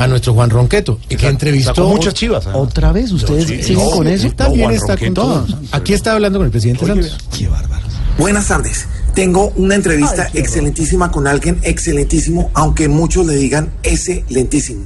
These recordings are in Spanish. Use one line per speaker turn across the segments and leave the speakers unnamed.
a nuestro Juan Ronqueto, que entrevistó
sacó muchas chivas, además.
Otra vez, ustedes
Sí,
siguen
no,
con eso.
no,
También
Juan
está con
Ronqueto,
todo.
Santos.
Aquí está hablando con el presidente Santos.
Qué bárbaro. Buenas tardes. Tengo una entrevista excelentísima con alguien excelentísimo, aunque muchos le digan excelentísimo.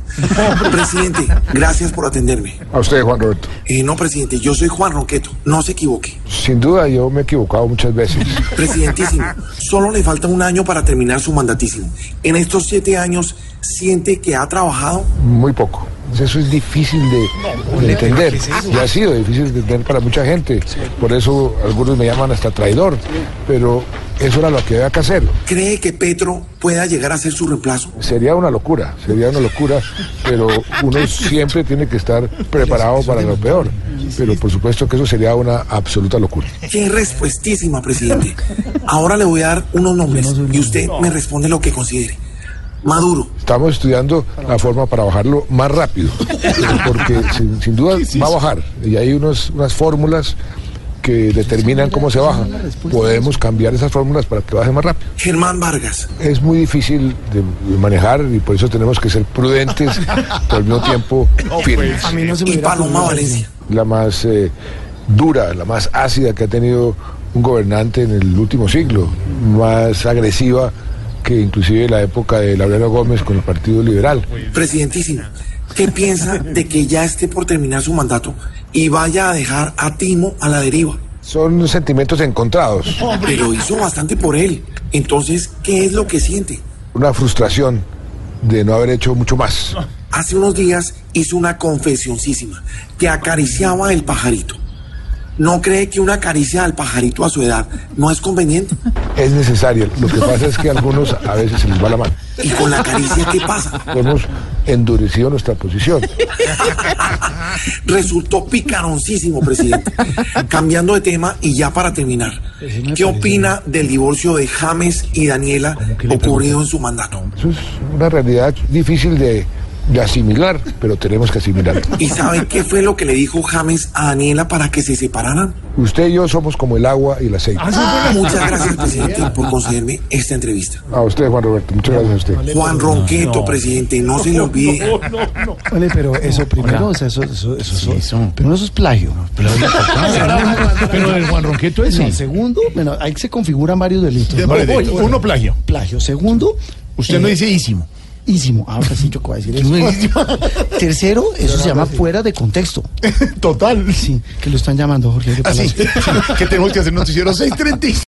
presidente, gracias por atenderme.
A usted, Juan Roberto.
Eh, no, presidente, yo soy Juan Roqueto, no se equivoque.
Sin duda yo me he equivocado muchas veces.
Presidentísimo, solo le falta un año para terminar su mandatísimo. En estos siete años, ¿siente que ha trabajado?
Muy poco. Eso es difícil de, de entender. Y ha sido difícil de entender para mucha gente. Por eso algunos me llaman hasta traidor. Pero eso era lo que había que hacer.
¿Cree que Petro pueda llegar a ser su reemplazo?
Sería una locura, sería una locura. Pero uno siempre tiene que estar preparado para lo peor. Pero por supuesto que eso sería una absoluta locura.
Qué respuestísima, presidente. Ahora le voy a dar unos nombres y usted me responde lo que considere. Maduro,
Estamos estudiando la forma para bajarlo más rápido, porque sin, sin duda va a bajar. Y hay unos, unas fórmulas que determinan cómo se baja. Podemos cambiar esas fórmulas para que baje más rápido.
Germán Vargas,
Es muy difícil de, de manejar y por eso tenemos que ser prudentes, pero al mismo tiempo firmes.
A mí no se
y
hubiera
Paloma
ocurrido.
Valencia.
La más eh, dura, la más ácida que ha tenido un gobernante en el último siglo, más agresiva que inclusive la época de Laureano Gómez con el Partido Liberal.
Presidentísimo, ¿qué piensa de que ya esté por terminar su mandato y vaya a dejar a Timo a la deriva?
Son sentimientos encontrados,
Pero hizo bastante por él. Entonces, ¿qué es lo que siente?
una frustración de no haber hecho mucho más.
Hace unos días hizo una confesioncísima, que acariciaba el pajarito. ¿No cree que una caricia al pajarito a su edad no es conveniente?
Es necesario. Lo que pasa es que a algunos a veces se les va la mano.
¿Y con la caricia qué pasa?
Hemos endurecido nuestra posición.
Resultó picaroncísimo, presidente. Cambiando de tema y ya para terminar, ¿qué opina del divorcio de James y Daniela ocurrido en su mandato?
Eso es una realidad difícil de, de asimilar, pero tenemos que asimilar.
¿Y sabe qué fue lo que le dijo James a Daniela para que se separaran?
Usted y yo somos como el agua y el aceite.
Muchas gracias, presidente, por concederme esta entrevista.
A usted, Juan Roberto. Muchas gracias a usted.
Juan Ronqueto, presidente, no se le olvide.
Vale, pero eso primero, o sea, eso, eso, eso, eso- primero eso es plagio.
Pero el Juan Ronqueto es
No,
sí.
segundo, bueno, ahí se configuran varios delitos.
De-
¿no?
vale, de-
Oye,
uno plagio.
Plagio. Segundo, eh,
Usted no dice ísimo.
ísimo. Ah, Ahora sí, yo acabo de decir eso. Tercero, eso se llama fuera de contexto.
Total.
Ah, Sí, que lo están llamando Jorge. Palacio.
Así. Que tenemos que hacer noticiero 6.30.